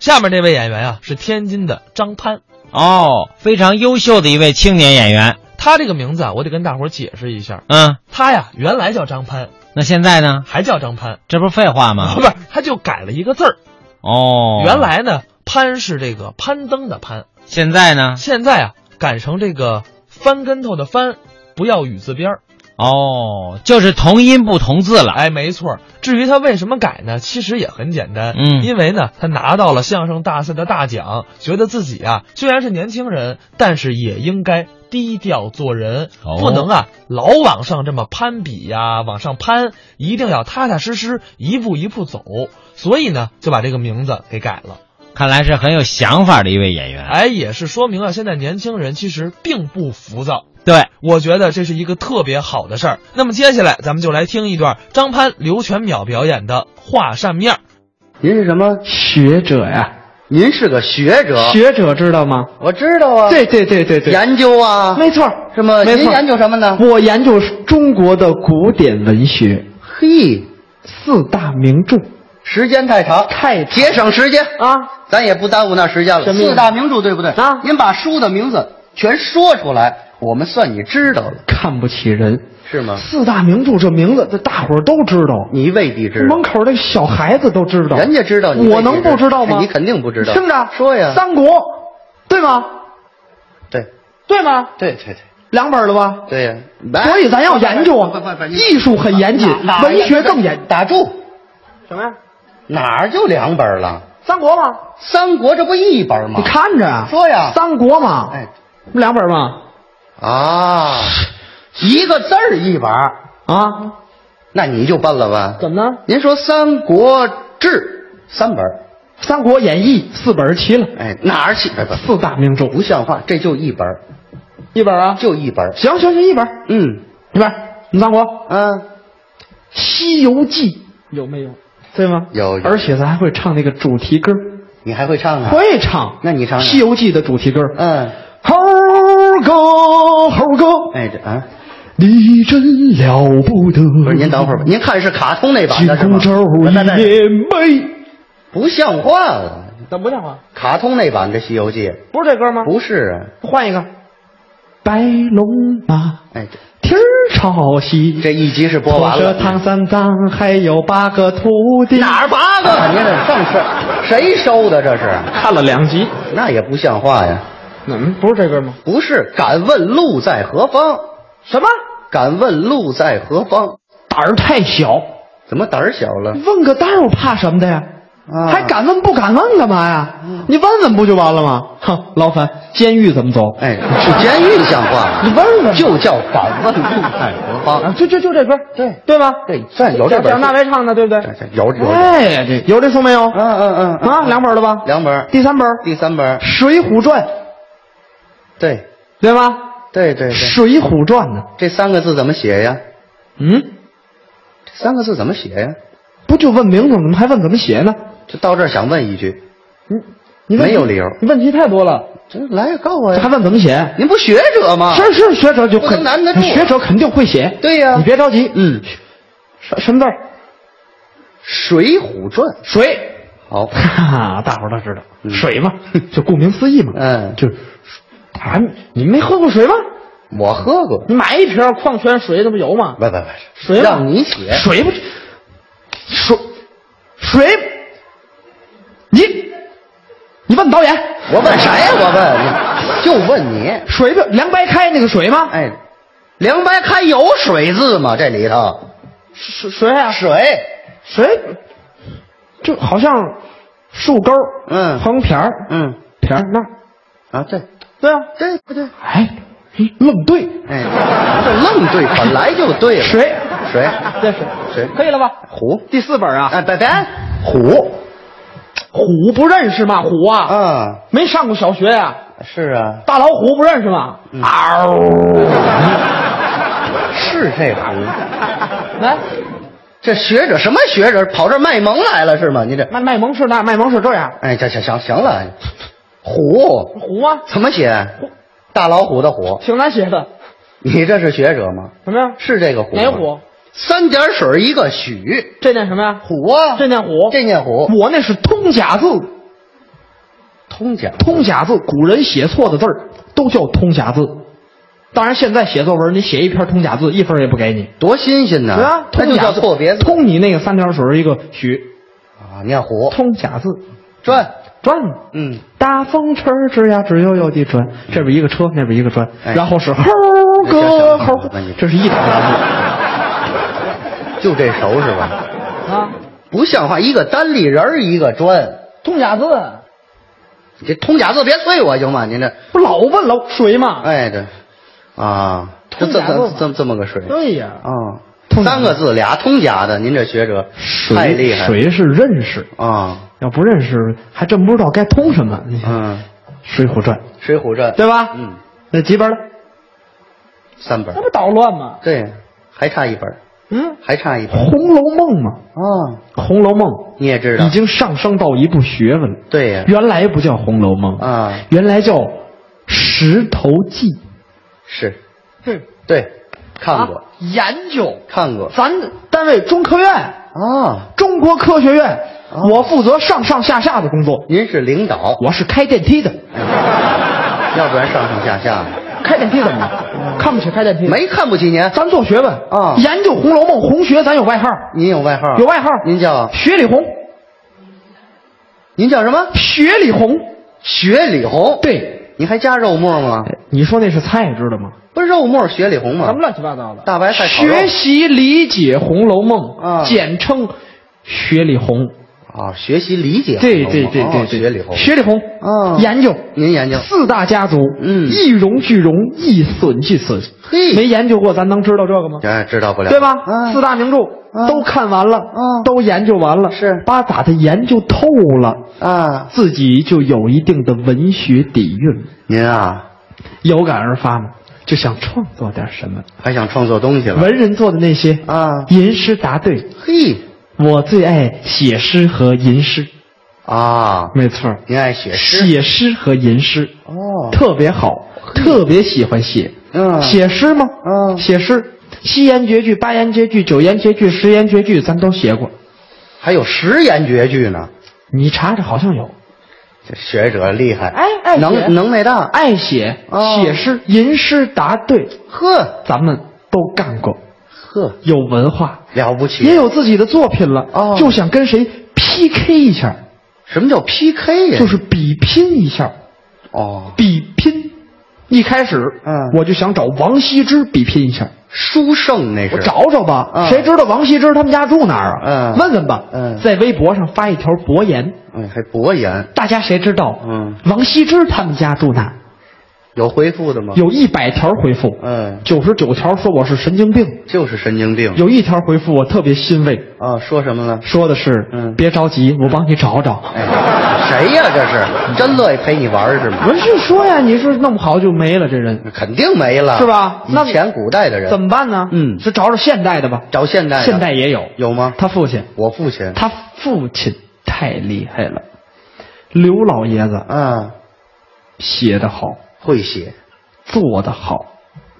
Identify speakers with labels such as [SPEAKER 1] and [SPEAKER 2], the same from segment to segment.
[SPEAKER 1] 下面这位演员啊是天津的张潘，
[SPEAKER 2] 哦，非常优秀的一位青年演员。
[SPEAKER 1] 他这个名字啊，我得跟大伙儿解释一下，
[SPEAKER 2] 嗯，
[SPEAKER 1] 他呀原来叫张潘，
[SPEAKER 2] 那现在呢？
[SPEAKER 1] 还叫张潘，
[SPEAKER 2] 这不是废话吗
[SPEAKER 1] 不？是，他就改了一个字儿。
[SPEAKER 2] 啊哦，
[SPEAKER 1] 原来呢，攀是这个攀登的攀，
[SPEAKER 2] 现在呢？
[SPEAKER 1] 现在啊改成这个翻跟头的翻，不要雨字边儿。
[SPEAKER 2] 哦，就是同音不同字 了。
[SPEAKER 1] 哎，没错儿。至于他为什么改呢？其实也很简单，
[SPEAKER 2] 嗯
[SPEAKER 1] 因为呢，他拿到了相声大赛的大奖，觉得自己啊虽然是年轻人，但是也应该低调做人，
[SPEAKER 2] 哦
[SPEAKER 1] 不能啊老往上这么攀比呀、往上攀，一定要踏踏实实，一步一步走。所以呢，就把这个名字给改了。
[SPEAKER 2] 看来是很有想法的一位演员。
[SPEAKER 1] 哎，也是说明啊，现在年轻人其实并不浮躁。
[SPEAKER 2] 对，
[SPEAKER 1] 我觉得这是一个特别好的事儿。那么接下来咱们就来听一段张潘、刘全淼表演的画扇面儿。
[SPEAKER 3] 您是什么？
[SPEAKER 4] 学者呀，
[SPEAKER 3] 您是个学者，
[SPEAKER 4] 学者知道吗？
[SPEAKER 3] 我知道啊，
[SPEAKER 4] 对对对对对，
[SPEAKER 3] 研究啊，
[SPEAKER 4] 没错，
[SPEAKER 3] 什么
[SPEAKER 4] 没错，
[SPEAKER 3] 您研究什么呢
[SPEAKER 4] 我研究中国的古典文学
[SPEAKER 3] 嘿，
[SPEAKER 4] 四大名著
[SPEAKER 3] 时间太长，
[SPEAKER 4] 太长
[SPEAKER 3] 节省时间，
[SPEAKER 4] 啊，
[SPEAKER 3] 咱也不耽误那时间了。
[SPEAKER 4] 什么意思
[SPEAKER 3] 四大名著对不对？
[SPEAKER 4] 啊
[SPEAKER 3] 您把书的名字全说出来，我们算你知道了，
[SPEAKER 4] 看不起人。
[SPEAKER 3] 是吗？
[SPEAKER 4] 四大名著这名字，这大伙儿都知道，
[SPEAKER 3] 你未必知道
[SPEAKER 4] 门。口那小孩子都知道，
[SPEAKER 3] 人家知道你
[SPEAKER 4] 我能不知道吗？
[SPEAKER 3] 你肯定不知道
[SPEAKER 4] 听着，
[SPEAKER 3] 说呀
[SPEAKER 4] 三国，对吗？
[SPEAKER 3] 对，
[SPEAKER 4] 对吗？
[SPEAKER 3] 对对对。
[SPEAKER 4] 两本了吧？
[SPEAKER 3] 对呀、
[SPEAKER 4] 所以咱要研究
[SPEAKER 3] 不不不不
[SPEAKER 4] 啊，
[SPEAKER 3] 你
[SPEAKER 4] 艺术很严谨
[SPEAKER 3] 哪，
[SPEAKER 4] 文学更严。
[SPEAKER 3] 打住，
[SPEAKER 4] 什么呀？
[SPEAKER 3] 哪儿就两本了？
[SPEAKER 4] 三国吗？
[SPEAKER 3] 三国这不一本吗？
[SPEAKER 4] 你看着啊，
[SPEAKER 3] 说呀
[SPEAKER 4] 三国嘛，
[SPEAKER 3] 哎，
[SPEAKER 4] 不两本吗？
[SPEAKER 3] 啊，一个字儿一本儿，
[SPEAKER 4] 啊，
[SPEAKER 3] 那你就笨了吧？
[SPEAKER 4] 怎么呢？
[SPEAKER 3] 您说《三国志》三本儿，
[SPEAKER 4] 《三国演义》四本儿齐了，
[SPEAKER 3] 哎，哪儿起？不不
[SPEAKER 4] 四大名著，
[SPEAKER 3] 不像话，这就一本儿，
[SPEAKER 4] 一本啊。
[SPEAKER 3] 就一本儿。
[SPEAKER 4] 行行行，一本儿，
[SPEAKER 3] 嗯
[SPEAKER 4] 一本儿。你三国《
[SPEAKER 3] 嗯，
[SPEAKER 4] 西游记》有没有？对吗？
[SPEAKER 3] 有有
[SPEAKER 4] 而且咱还会唱那个主题歌儿，
[SPEAKER 3] 你还会唱啊？
[SPEAKER 4] 会唱。
[SPEAKER 3] 那你唱
[SPEAKER 4] 《
[SPEAKER 3] 唱
[SPEAKER 4] 西游记》的主题歌儿。
[SPEAKER 3] 嗯，
[SPEAKER 4] 猴儿哥，猴儿哥，
[SPEAKER 3] 哎这啊，
[SPEAKER 4] 你真了不得。
[SPEAKER 3] 不是您等会儿吧，您看是卡通那版
[SPEAKER 4] 紧
[SPEAKER 3] 的是吗
[SPEAKER 4] 箍？咒
[SPEAKER 3] 不
[SPEAKER 4] 一
[SPEAKER 3] 是那那
[SPEAKER 4] 连杯。
[SPEAKER 3] 不像话了，
[SPEAKER 4] 怎么不像话？
[SPEAKER 3] 卡通那版的《西游记》
[SPEAKER 4] 不是这歌吗？
[SPEAKER 3] 不是啊
[SPEAKER 4] 换一个，白龙马
[SPEAKER 3] 啊？哎，这
[SPEAKER 4] 蹄儿朝西。
[SPEAKER 3] 这一集是播完
[SPEAKER 4] 这
[SPEAKER 3] 了。
[SPEAKER 4] 唐三藏还有八个徒弟。
[SPEAKER 3] 哪儿八个？您这正是谁收的？这是，
[SPEAKER 4] 看了两集？
[SPEAKER 3] 那也不像话呀！
[SPEAKER 4] 嗯，不是这歌吗？
[SPEAKER 3] 不是，敢问路在何方？
[SPEAKER 4] 什么？
[SPEAKER 3] 敢问路在何方？
[SPEAKER 4] 胆儿太小，
[SPEAKER 3] 怎么胆儿小了？
[SPEAKER 4] 问个道儿怕什么的呀？
[SPEAKER 3] 啊
[SPEAKER 4] 还敢问不敢问干嘛呀？你问问不就完了吗？哼，劳烦，监狱怎么走？
[SPEAKER 3] 哎，去监狱像话吗？
[SPEAKER 4] 你问问
[SPEAKER 3] 就叫敢问路在何
[SPEAKER 4] 啊
[SPEAKER 3] 方。哎
[SPEAKER 4] 就就就这歌，
[SPEAKER 3] 对
[SPEAKER 4] 对吧？
[SPEAKER 3] 对这有这本
[SPEAKER 4] 蒋大为唱的，对不对？
[SPEAKER 3] 这这有有
[SPEAKER 4] 哎呀，这有这书没有？
[SPEAKER 3] 嗯嗯嗯嗯
[SPEAKER 4] 啊，两本了吧？
[SPEAKER 3] 两本儿
[SPEAKER 4] 第三本
[SPEAKER 3] 第
[SPEAKER 4] 《
[SPEAKER 3] 三本儿，
[SPEAKER 4] 水浒传》，
[SPEAKER 3] 对
[SPEAKER 4] 对吗？
[SPEAKER 3] 对对对，
[SPEAKER 4] 《水浒传》呢？
[SPEAKER 3] 这三个字怎么写呀？
[SPEAKER 4] 嗯，
[SPEAKER 3] 这三个字怎么写呀？
[SPEAKER 4] 不就问名字，怎么还问怎么写呢？
[SPEAKER 3] 就到这儿想问一句，
[SPEAKER 4] 你问
[SPEAKER 3] 没有理由
[SPEAKER 4] 你问题太多了，
[SPEAKER 3] 这来告我
[SPEAKER 4] 还
[SPEAKER 3] 呀！
[SPEAKER 4] 问怎么写？
[SPEAKER 3] 您不学者吗？
[SPEAKER 4] 是是，学者就
[SPEAKER 3] 不
[SPEAKER 4] 肯
[SPEAKER 3] 能难得住
[SPEAKER 4] 学者肯定会写。
[SPEAKER 3] 对呀
[SPEAKER 4] 你别着急，
[SPEAKER 3] 嗯，
[SPEAKER 4] 什什么字儿？
[SPEAKER 3] 《水浒传》
[SPEAKER 4] 水，
[SPEAKER 3] 好，
[SPEAKER 4] 哈哈，大伙儿都知道，
[SPEAKER 3] 嗯
[SPEAKER 4] 水嘛，就顾名思义嘛。
[SPEAKER 3] 嗯
[SPEAKER 4] 就啊，你没喝过水吗？
[SPEAKER 3] 我喝过。
[SPEAKER 4] 你买一瓶矿泉水，那不有吗？
[SPEAKER 3] 不不不，
[SPEAKER 4] 水吗
[SPEAKER 3] 让你写，
[SPEAKER 4] 水不水水，你你问导演，
[SPEAKER 3] 我问谁呀？我问你，就问你。
[SPEAKER 4] 水不凉白开那个水吗？
[SPEAKER 3] 哎，凉白开有水字吗？这里头
[SPEAKER 4] 水水啊
[SPEAKER 3] 水，
[SPEAKER 4] 水，就好像竖钩，
[SPEAKER 3] 嗯
[SPEAKER 4] 横撇儿，
[SPEAKER 3] 嗯
[SPEAKER 4] 撇儿那儿，
[SPEAKER 3] 啊，对
[SPEAKER 4] 对啊，
[SPEAKER 3] 对不对？
[SPEAKER 4] 哎，嘿愣对，
[SPEAKER 3] 哎，这愣对，本来就对了。
[SPEAKER 4] 水
[SPEAKER 3] 水
[SPEAKER 4] 这是
[SPEAKER 3] 水
[SPEAKER 4] 可以了吧？
[SPEAKER 3] 虎，
[SPEAKER 4] 第四本啊，
[SPEAKER 3] 哎，别别虎
[SPEAKER 4] 虎不认识吗？虎啊，
[SPEAKER 3] 啊，
[SPEAKER 4] 没上过小学呀、
[SPEAKER 3] 是啊，
[SPEAKER 4] 大老虎不认识吗？嗷、
[SPEAKER 3] 是这 虎。
[SPEAKER 4] 来，
[SPEAKER 3] 这学者什么学者跑这儿卖萌来了是吗？你这，
[SPEAKER 4] 卖卖萌是那卖萌是这样，
[SPEAKER 3] 哎，这行行行了，虎
[SPEAKER 4] 虎啊，
[SPEAKER 3] 怎么写？大老虎的虎，
[SPEAKER 4] 挺难写的，
[SPEAKER 3] 你这是学者吗？
[SPEAKER 4] 什么呀？
[SPEAKER 3] 是这个虎吗？
[SPEAKER 4] 哪虎？啊
[SPEAKER 3] 三点水一个许，
[SPEAKER 4] 这念什么呀？
[SPEAKER 3] 虎啊！
[SPEAKER 4] 这念虎，
[SPEAKER 3] 这念虎，
[SPEAKER 4] 我那是通假字，
[SPEAKER 3] 通假字
[SPEAKER 4] 通假字，古人写错的字儿都叫通假字。当然，现在写作文，你写一篇通假字，一分儿也不给你。
[SPEAKER 3] 多新鲜呐！
[SPEAKER 4] 对啊，
[SPEAKER 3] 那
[SPEAKER 4] 通
[SPEAKER 3] 就
[SPEAKER 4] 假
[SPEAKER 3] 叫
[SPEAKER 4] 字
[SPEAKER 3] 错别字
[SPEAKER 4] 通你那个三条水一个许，
[SPEAKER 3] 啊，念虎
[SPEAKER 4] 通假字，
[SPEAKER 3] 转，
[SPEAKER 4] 转。
[SPEAKER 3] 嗯，
[SPEAKER 4] 大风吹儿直呀直悠悠地转，这边一个车，那边一个砖，
[SPEAKER 3] 哎
[SPEAKER 4] 然后是猴
[SPEAKER 3] 这叫
[SPEAKER 4] 哥
[SPEAKER 3] 什么
[SPEAKER 4] 猴
[SPEAKER 3] 我问你，
[SPEAKER 4] 这是一条 假
[SPEAKER 3] 就这熟是吧？
[SPEAKER 4] 字啊，
[SPEAKER 3] 不像话，一个单立人儿一个砖，
[SPEAKER 4] 通假字
[SPEAKER 3] 你这通假字别催我行吗？您这，
[SPEAKER 4] 不老问老水吗？
[SPEAKER 3] 哎，这，啊，这
[SPEAKER 4] 通
[SPEAKER 3] 这
[SPEAKER 4] 假字
[SPEAKER 3] 这
[SPEAKER 4] 嘛
[SPEAKER 3] 这这么个水
[SPEAKER 4] 对呀，
[SPEAKER 3] 啊
[SPEAKER 4] 通，假字
[SPEAKER 3] 三个字俩通假的，您这学者
[SPEAKER 4] 水
[SPEAKER 3] 太厉害了
[SPEAKER 4] 水是认识，
[SPEAKER 3] 啊！
[SPEAKER 4] 要不认识还真不知道该通什么。你看《
[SPEAKER 3] 嗯，
[SPEAKER 4] 水浒传》
[SPEAKER 3] 《水浒传》
[SPEAKER 4] 对吧？
[SPEAKER 3] 嗯，
[SPEAKER 4] 那几本了？
[SPEAKER 3] 三本儿，
[SPEAKER 4] 不捣乱吗？
[SPEAKER 3] 对，还差一本儿，
[SPEAKER 4] 嗯，
[SPEAKER 3] 还差一
[SPEAKER 4] 《
[SPEAKER 3] 本儿
[SPEAKER 4] 红楼梦》嘛，
[SPEAKER 3] 啊！
[SPEAKER 4] 《红楼梦
[SPEAKER 3] 你也知》道
[SPEAKER 4] 已，经上升到一部学问了。
[SPEAKER 3] 对呀，
[SPEAKER 4] 原来不叫《红楼梦》，
[SPEAKER 3] 啊，
[SPEAKER 4] 原来叫《石头记》。
[SPEAKER 3] 是
[SPEAKER 4] 对，
[SPEAKER 3] 对，看过，
[SPEAKER 4] 啊研究。
[SPEAKER 3] 看过
[SPEAKER 4] 咱单位中科院、
[SPEAKER 3] 啊。
[SPEAKER 4] 中国科学院，
[SPEAKER 3] 啊
[SPEAKER 4] 我负责上上下下的工作，
[SPEAKER 3] 您是领导，
[SPEAKER 4] 我是开电梯的。
[SPEAKER 3] 要不然上上下下的
[SPEAKER 4] 开电梯怎么 了？看不起开电梯？，
[SPEAKER 3] 没看不起您，
[SPEAKER 4] 咱做学问
[SPEAKER 3] 啊
[SPEAKER 4] 研究《红楼梦》红学，咱有外号，
[SPEAKER 3] 您有外号，
[SPEAKER 4] 有外号，
[SPEAKER 3] 您啊叫
[SPEAKER 4] 雪里红，
[SPEAKER 3] 您叫什么？
[SPEAKER 4] 雪里红。
[SPEAKER 3] 雪里红。，
[SPEAKER 4] 对，哎
[SPEAKER 3] 您还加肉末吗？
[SPEAKER 4] 你说那是菜，知道吗？
[SPEAKER 3] 不是肉末雪里红吗？
[SPEAKER 4] 乱七八糟的
[SPEAKER 3] 大白菜烤肉
[SPEAKER 4] 学习理解《红楼梦》
[SPEAKER 3] 啊
[SPEAKER 4] 简称雪里红。
[SPEAKER 3] 啊，学习理解
[SPEAKER 4] 对
[SPEAKER 3] 红
[SPEAKER 4] 对
[SPEAKER 3] 楼梦
[SPEAKER 4] 对对
[SPEAKER 3] 哦
[SPEAKER 4] 对，
[SPEAKER 3] 雪里红。
[SPEAKER 4] 雪里红
[SPEAKER 3] 啊
[SPEAKER 4] 研究
[SPEAKER 3] 您研究
[SPEAKER 4] 四大家族，
[SPEAKER 3] 嗯
[SPEAKER 4] 一荣俱荣，一损俱损。
[SPEAKER 3] 嘿
[SPEAKER 4] 没研究过，咱能知道这个吗？
[SPEAKER 3] 哎，知道不了，
[SPEAKER 4] 对吧？
[SPEAKER 3] 嗯
[SPEAKER 4] 四大名著
[SPEAKER 3] 嗯
[SPEAKER 4] 都看完了，
[SPEAKER 3] 嗯
[SPEAKER 4] 都研究完了，
[SPEAKER 3] 是
[SPEAKER 4] 把咋的研究透了，
[SPEAKER 3] 啊，
[SPEAKER 4] 自己就有一定的文学底蕴，
[SPEAKER 3] 您啊
[SPEAKER 4] 有感而发嘛，就想创作点什么。
[SPEAKER 3] 还想创作东西了
[SPEAKER 4] 文人做的那些
[SPEAKER 3] 啊
[SPEAKER 4] 吟诗答对，
[SPEAKER 3] 嘿
[SPEAKER 4] 我最爱写诗和吟诗，
[SPEAKER 3] 啊，
[SPEAKER 4] 没错儿，
[SPEAKER 3] 您爱写诗
[SPEAKER 4] 写诗和吟诗。
[SPEAKER 3] 哦，
[SPEAKER 4] 特别好，特别喜欢写。
[SPEAKER 3] 嗯
[SPEAKER 4] 写诗吗？
[SPEAKER 3] 嗯
[SPEAKER 4] 写诗。七言绝句、八言绝句、九言绝句、十言绝句，咱都写过。
[SPEAKER 3] 还有十言绝句呢，
[SPEAKER 4] 你查查，好像有。
[SPEAKER 3] 这学者厉害，
[SPEAKER 4] 哎哎
[SPEAKER 3] 能
[SPEAKER 4] 姐
[SPEAKER 3] 能耐大，
[SPEAKER 4] 爱写、
[SPEAKER 3] 哦
[SPEAKER 4] 写诗、吟诗答对，
[SPEAKER 3] 呵
[SPEAKER 4] 咱们都干过，
[SPEAKER 3] 呵，
[SPEAKER 4] 有文化，
[SPEAKER 3] 了不起，
[SPEAKER 4] 也有自己的作品了。
[SPEAKER 3] 哦
[SPEAKER 4] 就想跟谁 PK 一下，
[SPEAKER 3] 什么叫 PK 呀？
[SPEAKER 4] 就是比拼一下，
[SPEAKER 3] 哦，
[SPEAKER 4] 比拼。一开始，
[SPEAKER 3] 嗯
[SPEAKER 4] 我就想找王羲之比拼一下。
[SPEAKER 3] 书圣那是，
[SPEAKER 4] 我找找吧，
[SPEAKER 3] 嗯
[SPEAKER 4] 谁知道王羲之他们家住哪儿啊？
[SPEAKER 3] 嗯
[SPEAKER 4] 问问吧。
[SPEAKER 3] 嗯
[SPEAKER 4] 在微博上发一条博言，
[SPEAKER 3] 哎，还博言
[SPEAKER 4] 大家谁知道？
[SPEAKER 3] 嗯
[SPEAKER 4] 王羲之他们家住哪儿？
[SPEAKER 3] 有回复的吗？，
[SPEAKER 4] 有一百条回复，
[SPEAKER 3] 嗯，
[SPEAKER 4] 九十九条说我是神经病，
[SPEAKER 3] 就是神经病，
[SPEAKER 4] 有一条回复我特别欣慰，
[SPEAKER 3] 啊，说什么了？
[SPEAKER 4] 说的是，
[SPEAKER 3] 嗯
[SPEAKER 4] 别着急，我帮你找找。
[SPEAKER 3] 哎，谁呀？这是真乐意陪你玩儿是吗？
[SPEAKER 4] 不是说呀，你是弄不好就没了这人，
[SPEAKER 3] 肯定没了，
[SPEAKER 4] 是吧？那
[SPEAKER 3] 啊以前古代的人
[SPEAKER 4] 怎么办呢？
[SPEAKER 3] 嗯
[SPEAKER 4] 是找找现代的吧。
[SPEAKER 3] 找现代的？
[SPEAKER 4] 现代也有
[SPEAKER 3] 有吗？嗯
[SPEAKER 4] 他父亲，
[SPEAKER 3] 我父亲，
[SPEAKER 4] 他父亲太厉害了，刘老爷子
[SPEAKER 3] 啊，
[SPEAKER 4] 写得好，
[SPEAKER 3] 会写
[SPEAKER 4] 做得好，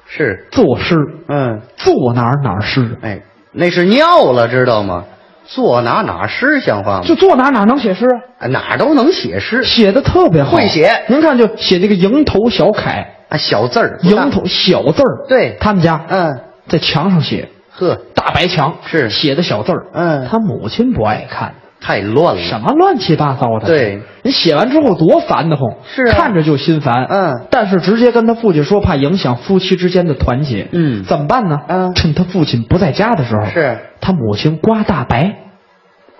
[SPEAKER 3] 是，
[SPEAKER 4] 作诗，
[SPEAKER 3] 嗯，
[SPEAKER 4] 做哪儿哪儿诗，
[SPEAKER 3] 哎，那是尿了，知道吗？坐哪哪诗像话吗？
[SPEAKER 4] 就做哪儿哪儿能写诗啊，
[SPEAKER 3] 啊哪儿都能写诗
[SPEAKER 4] 写的特别好，
[SPEAKER 3] 会写
[SPEAKER 4] 您看，就写这个蝇头小楷，
[SPEAKER 3] 啊，小字儿，不大
[SPEAKER 4] 蝇头小字儿，
[SPEAKER 3] 对
[SPEAKER 4] 他们家，
[SPEAKER 3] 嗯，
[SPEAKER 4] 在墙上写
[SPEAKER 3] 呵，
[SPEAKER 4] 大白墙，
[SPEAKER 3] 是
[SPEAKER 4] 写的小字儿，
[SPEAKER 3] 嗯
[SPEAKER 4] 他母亲不爱看，
[SPEAKER 3] 太乱了，
[SPEAKER 4] 什么乱七八糟的，
[SPEAKER 3] 对，
[SPEAKER 4] 你写完之后多烦得慌，
[SPEAKER 3] 是啊
[SPEAKER 4] 看着就心烦，
[SPEAKER 3] 嗯，
[SPEAKER 4] 但是直接跟他父亲说，怕影响夫妻之间的团结，
[SPEAKER 3] 嗯
[SPEAKER 4] 怎么办呢？
[SPEAKER 3] 嗯
[SPEAKER 4] 趁他父亲不在家的时候，
[SPEAKER 3] 是
[SPEAKER 4] 他母亲刮大白，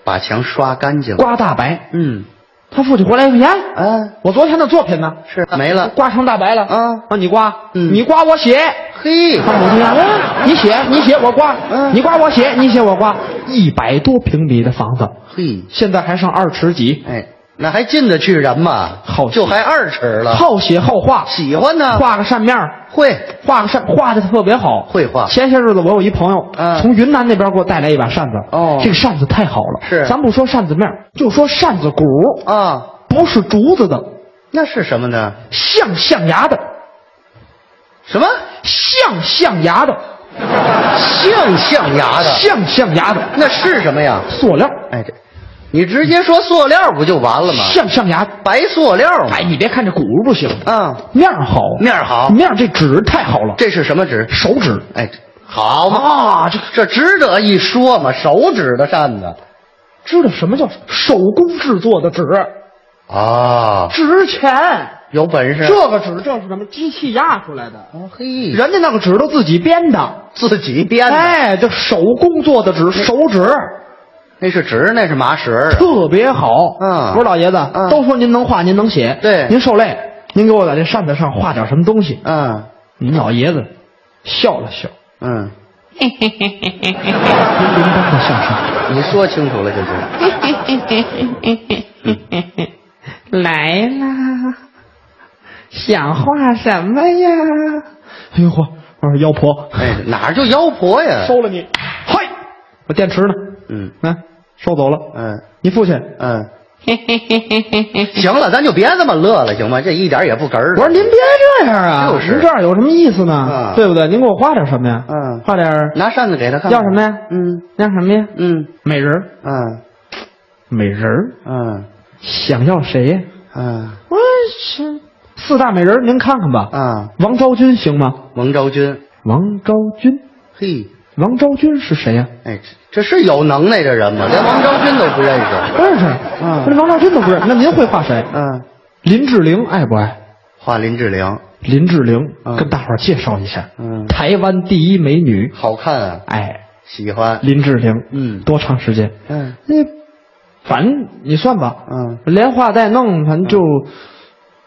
[SPEAKER 3] 把墙刷干净，
[SPEAKER 4] 刮大白，
[SPEAKER 3] 嗯，
[SPEAKER 4] 他父亲回来一看，呀，
[SPEAKER 3] 啊，
[SPEAKER 4] 我昨天的作品呢？
[SPEAKER 3] 是没了
[SPEAKER 4] 刮成大白了
[SPEAKER 3] 啊
[SPEAKER 4] 啊！你刮，
[SPEAKER 3] 嗯
[SPEAKER 4] 你刮我写，
[SPEAKER 3] 嘿，
[SPEAKER 4] 他母亲啊，哎 你写你写我刮，
[SPEAKER 3] 嗯
[SPEAKER 4] 你刮我写你写我刮，一百多平米的房子，
[SPEAKER 3] 嘿，
[SPEAKER 4] 现在还剩二尺几，
[SPEAKER 3] 哎，那还进得去人吗？
[SPEAKER 4] 好
[SPEAKER 3] 就还二尺了，
[SPEAKER 4] 好写好画，
[SPEAKER 3] 喜欢呢，
[SPEAKER 4] 画个扇面儿
[SPEAKER 3] 会
[SPEAKER 4] 画个扇，画的特别好，
[SPEAKER 3] 会画
[SPEAKER 4] 前些日子我有一朋友，
[SPEAKER 3] 嗯
[SPEAKER 4] 从云南那边给我带来一把扇子，
[SPEAKER 3] 哦
[SPEAKER 4] 这个扇子太好了，
[SPEAKER 3] 是
[SPEAKER 4] 咱不说扇子面儿，就说扇子骨，
[SPEAKER 3] 啊，
[SPEAKER 4] 不是竹子的，
[SPEAKER 3] 那是什么呢？
[SPEAKER 4] 像象牙的，
[SPEAKER 3] 什么
[SPEAKER 4] 像象牙的，
[SPEAKER 3] 像象牙的？
[SPEAKER 4] 像象牙的，
[SPEAKER 3] 那是什么呀？
[SPEAKER 4] 塑料，
[SPEAKER 3] 哎，这你直接说塑料不就完了吗？
[SPEAKER 4] 象象牙。
[SPEAKER 3] 白塑料嘛
[SPEAKER 4] 哎，。你别看这骨不行，
[SPEAKER 3] 啊，
[SPEAKER 4] 面儿好，
[SPEAKER 3] 哦面儿好
[SPEAKER 4] 面儿这纸太好了，
[SPEAKER 3] 这是什么纸？
[SPEAKER 4] 手指
[SPEAKER 3] 哎，好嘛，
[SPEAKER 4] 啊，这
[SPEAKER 3] 这值得一说嘛，手指的扇子
[SPEAKER 4] 知道什么叫手工制作的纸，
[SPEAKER 3] 哦啊，
[SPEAKER 4] 值钱。
[SPEAKER 3] 有本事。
[SPEAKER 4] 这个纸这是什么机器压出来的？
[SPEAKER 3] 哦嘿，
[SPEAKER 4] 人家那个纸都自己编的，
[SPEAKER 3] 自己编的，嗯
[SPEAKER 4] 哎，这手工做的纸，手指
[SPEAKER 3] 那是纸，那是麻绳儿啊。
[SPEAKER 4] 特别好。
[SPEAKER 3] 嗯
[SPEAKER 4] 我说老爷子，
[SPEAKER 3] 嗯
[SPEAKER 4] 都说您能画，您能写，
[SPEAKER 3] 对
[SPEAKER 4] 您受累，您给我在这扇子上画点什么东西。
[SPEAKER 3] 嗯
[SPEAKER 4] 您老爷子笑了笑，
[SPEAKER 3] 嗯，
[SPEAKER 4] 叮铃当的笑声。
[SPEAKER 3] 你说清楚了就行。
[SPEAKER 5] 来啦，想画什么呀？
[SPEAKER 4] 哎呦嚯！我说妖 婆，
[SPEAKER 3] 哎，哪儿就妖婆呀？
[SPEAKER 4] 收了你。嘿，我电池呢？
[SPEAKER 3] 嗯
[SPEAKER 4] 哎，收走了。
[SPEAKER 3] 嗯
[SPEAKER 4] 你父亲
[SPEAKER 3] 嗯，行了，咱就别这么乐了，行吗？这一点也不哏儿。
[SPEAKER 4] 我说您别这样啊，
[SPEAKER 3] 就是
[SPEAKER 4] 您这样有什么意思呢？
[SPEAKER 3] 啊
[SPEAKER 4] 对不对？您给我画点什么呀？
[SPEAKER 3] 嗯
[SPEAKER 4] 画点儿
[SPEAKER 3] 拿扇子给他看看。
[SPEAKER 4] 要什么呀
[SPEAKER 3] 嗯
[SPEAKER 4] 那什么呀？
[SPEAKER 3] 嗯
[SPEAKER 4] 美人儿，
[SPEAKER 3] 嗯
[SPEAKER 4] 美人儿，
[SPEAKER 3] 嗯
[SPEAKER 4] 想要谁呀？
[SPEAKER 3] 嗯
[SPEAKER 4] 我去，四大美人儿您看看吧。
[SPEAKER 3] 嗯，
[SPEAKER 4] 王昭君行吗？
[SPEAKER 3] 王昭君，
[SPEAKER 4] 王昭君，
[SPEAKER 3] 嘿，
[SPEAKER 4] 王昭君是谁呀、
[SPEAKER 3] 哎，这这是有能耐的人 吗？连王昭君都不认识。
[SPEAKER 4] 不认识，
[SPEAKER 3] 嗯
[SPEAKER 4] 那王昭君都不认识。那您会画谁？
[SPEAKER 3] 嗯，
[SPEAKER 4] 林志玲爱不爱？
[SPEAKER 3] 画林志玲，
[SPEAKER 4] 林志玲、
[SPEAKER 3] 嗯
[SPEAKER 4] 跟大伙儿介绍一下，
[SPEAKER 3] 嗯
[SPEAKER 4] 台湾第一美女。
[SPEAKER 3] 好看啊，
[SPEAKER 4] 哎，
[SPEAKER 3] 喜欢。
[SPEAKER 4] 林志玲，
[SPEAKER 3] 嗯
[SPEAKER 4] 多长时间？
[SPEAKER 3] 嗯
[SPEAKER 4] 那反正你算吧，
[SPEAKER 3] 嗯，
[SPEAKER 4] 连画带弄，反正就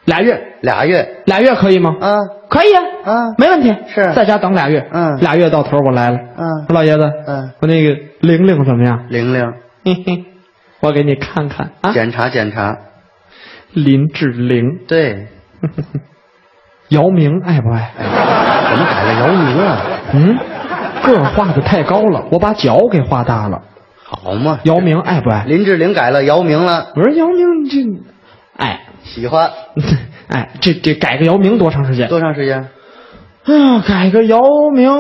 [SPEAKER 4] 俩月，
[SPEAKER 3] 俩月。
[SPEAKER 4] 俩月可以吗？
[SPEAKER 3] 啊
[SPEAKER 4] 可以啊，
[SPEAKER 3] 啊
[SPEAKER 4] 没问题，
[SPEAKER 3] 是
[SPEAKER 4] 在家等俩月，
[SPEAKER 3] 嗯
[SPEAKER 4] 俩月到头我来了，
[SPEAKER 3] 嗯
[SPEAKER 4] 说老爷子，
[SPEAKER 3] 嗯，
[SPEAKER 4] 我那个玲玲怎么样？
[SPEAKER 3] 玲玲，
[SPEAKER 4] 嘿嘿，我给你看看啊，
[SPEAKER 3] 检查检查。
[SPEAKER 4] 林志玲，
[SPEAKER 3] 对，
[SPEAKER 4] 姚明爱不爱？
[SPEAKER 3] 哎，怎么改了姚明啊？
[SPEAKER 4] 嗯，个儿画的太高了，我把脚给画大了。
[SPEAKER 3] 好嘛，
[SPEAKER 4] 姚明爱不哎爱？
[SPEAKER 3] 林志玲改了姚明了，
[SPEAKER 4] 我说姚明这， 哎，
[SPEAKER 3] 喜欢。
[SPEAKER 4] 哎，这这改个姚明多长时间？
[SPEAKER 3] 多长时间？
[SPEAKER 4] 哎呀，改个姚明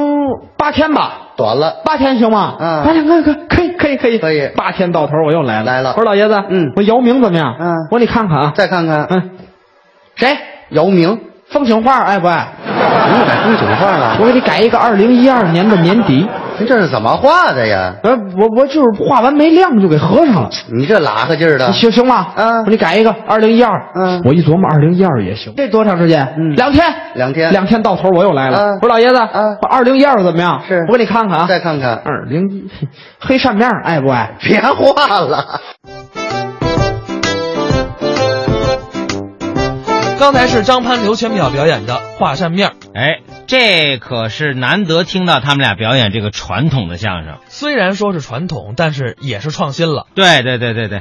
[SPEAKER 4] 八天吧，
[SPEAKER 3] 短了。
[SPEAKER 4] 八天行吗？
[SPEAKER 3] 嗯
[SPEAKER 4] 八天可以可以可以可以
[SPEAKER 3] 可以
[SPEAKER 4] 八天到头我又来了，
[SPEAKER 3] 来了
[SPEAKER 4] 我说老爷子，
[SPEAKER 3] 嗯
[SPEAKER 4] 我姚明怎么样？
[SPEAKER 3] 嗯
[SPEAKER 4] 我说你看看啊，
[SPEAKER 3] 再看看
[SPEAKER 4] 嗯，谁？
[SPEAKER 3] 姚明，
[SPEAKER 4] 风景画哎爱不爱？
[SPEAKER 3] 又改风景画了。
[SPEAKER 4] 我给你改一个二零一二年的年底，
[SPEAKER 3] 您这是怎么画的呀？
[SPEAKER 4] 呃，我我就是画完没亮就给合上了，
[SPEAKER 3] 你这拉个劲儿的
[SPEAKER 4] 行行吧？
[SPEAKER 3] 嗯
[SPEAKER 4] 我说你改一个二零一二，
[SPEAKER 3] 嗯
[SPEAKER 4] 我一琢磨二零一二也行，这多长时间？
[SPEAKER 3] 嗯
[SPEAKER 4] 两天，
[SPEAKER 3] 两天
[SPEAKER 4] 两天到头我又来了，
[SPEAKER 3] 嗯
[SPEAKER 4] 我说老爷子，
[SPEAKER 3] 嗯
[SPEAKER 4] 我二零一二怎么样？
[SPEAKER 3] 是
[SPEAKER 4] 我给你看看啊，
[SPEAKER 3] 再看看，
[SPEAKER 4] 二零一， 黑扇面爱不爱？
[SPEAKER 3] 别画了。
[SPEAKER 1] 刚才是张潘刘全淼表演的画扇面儿。
[SPEAKER 2] 哎，这可是难得听到他们俩表演这个传统的相声。
[SPEAKER 1] 虽然说是传统，但是也是创新了。
[SPEAKER 2] 对对对对对，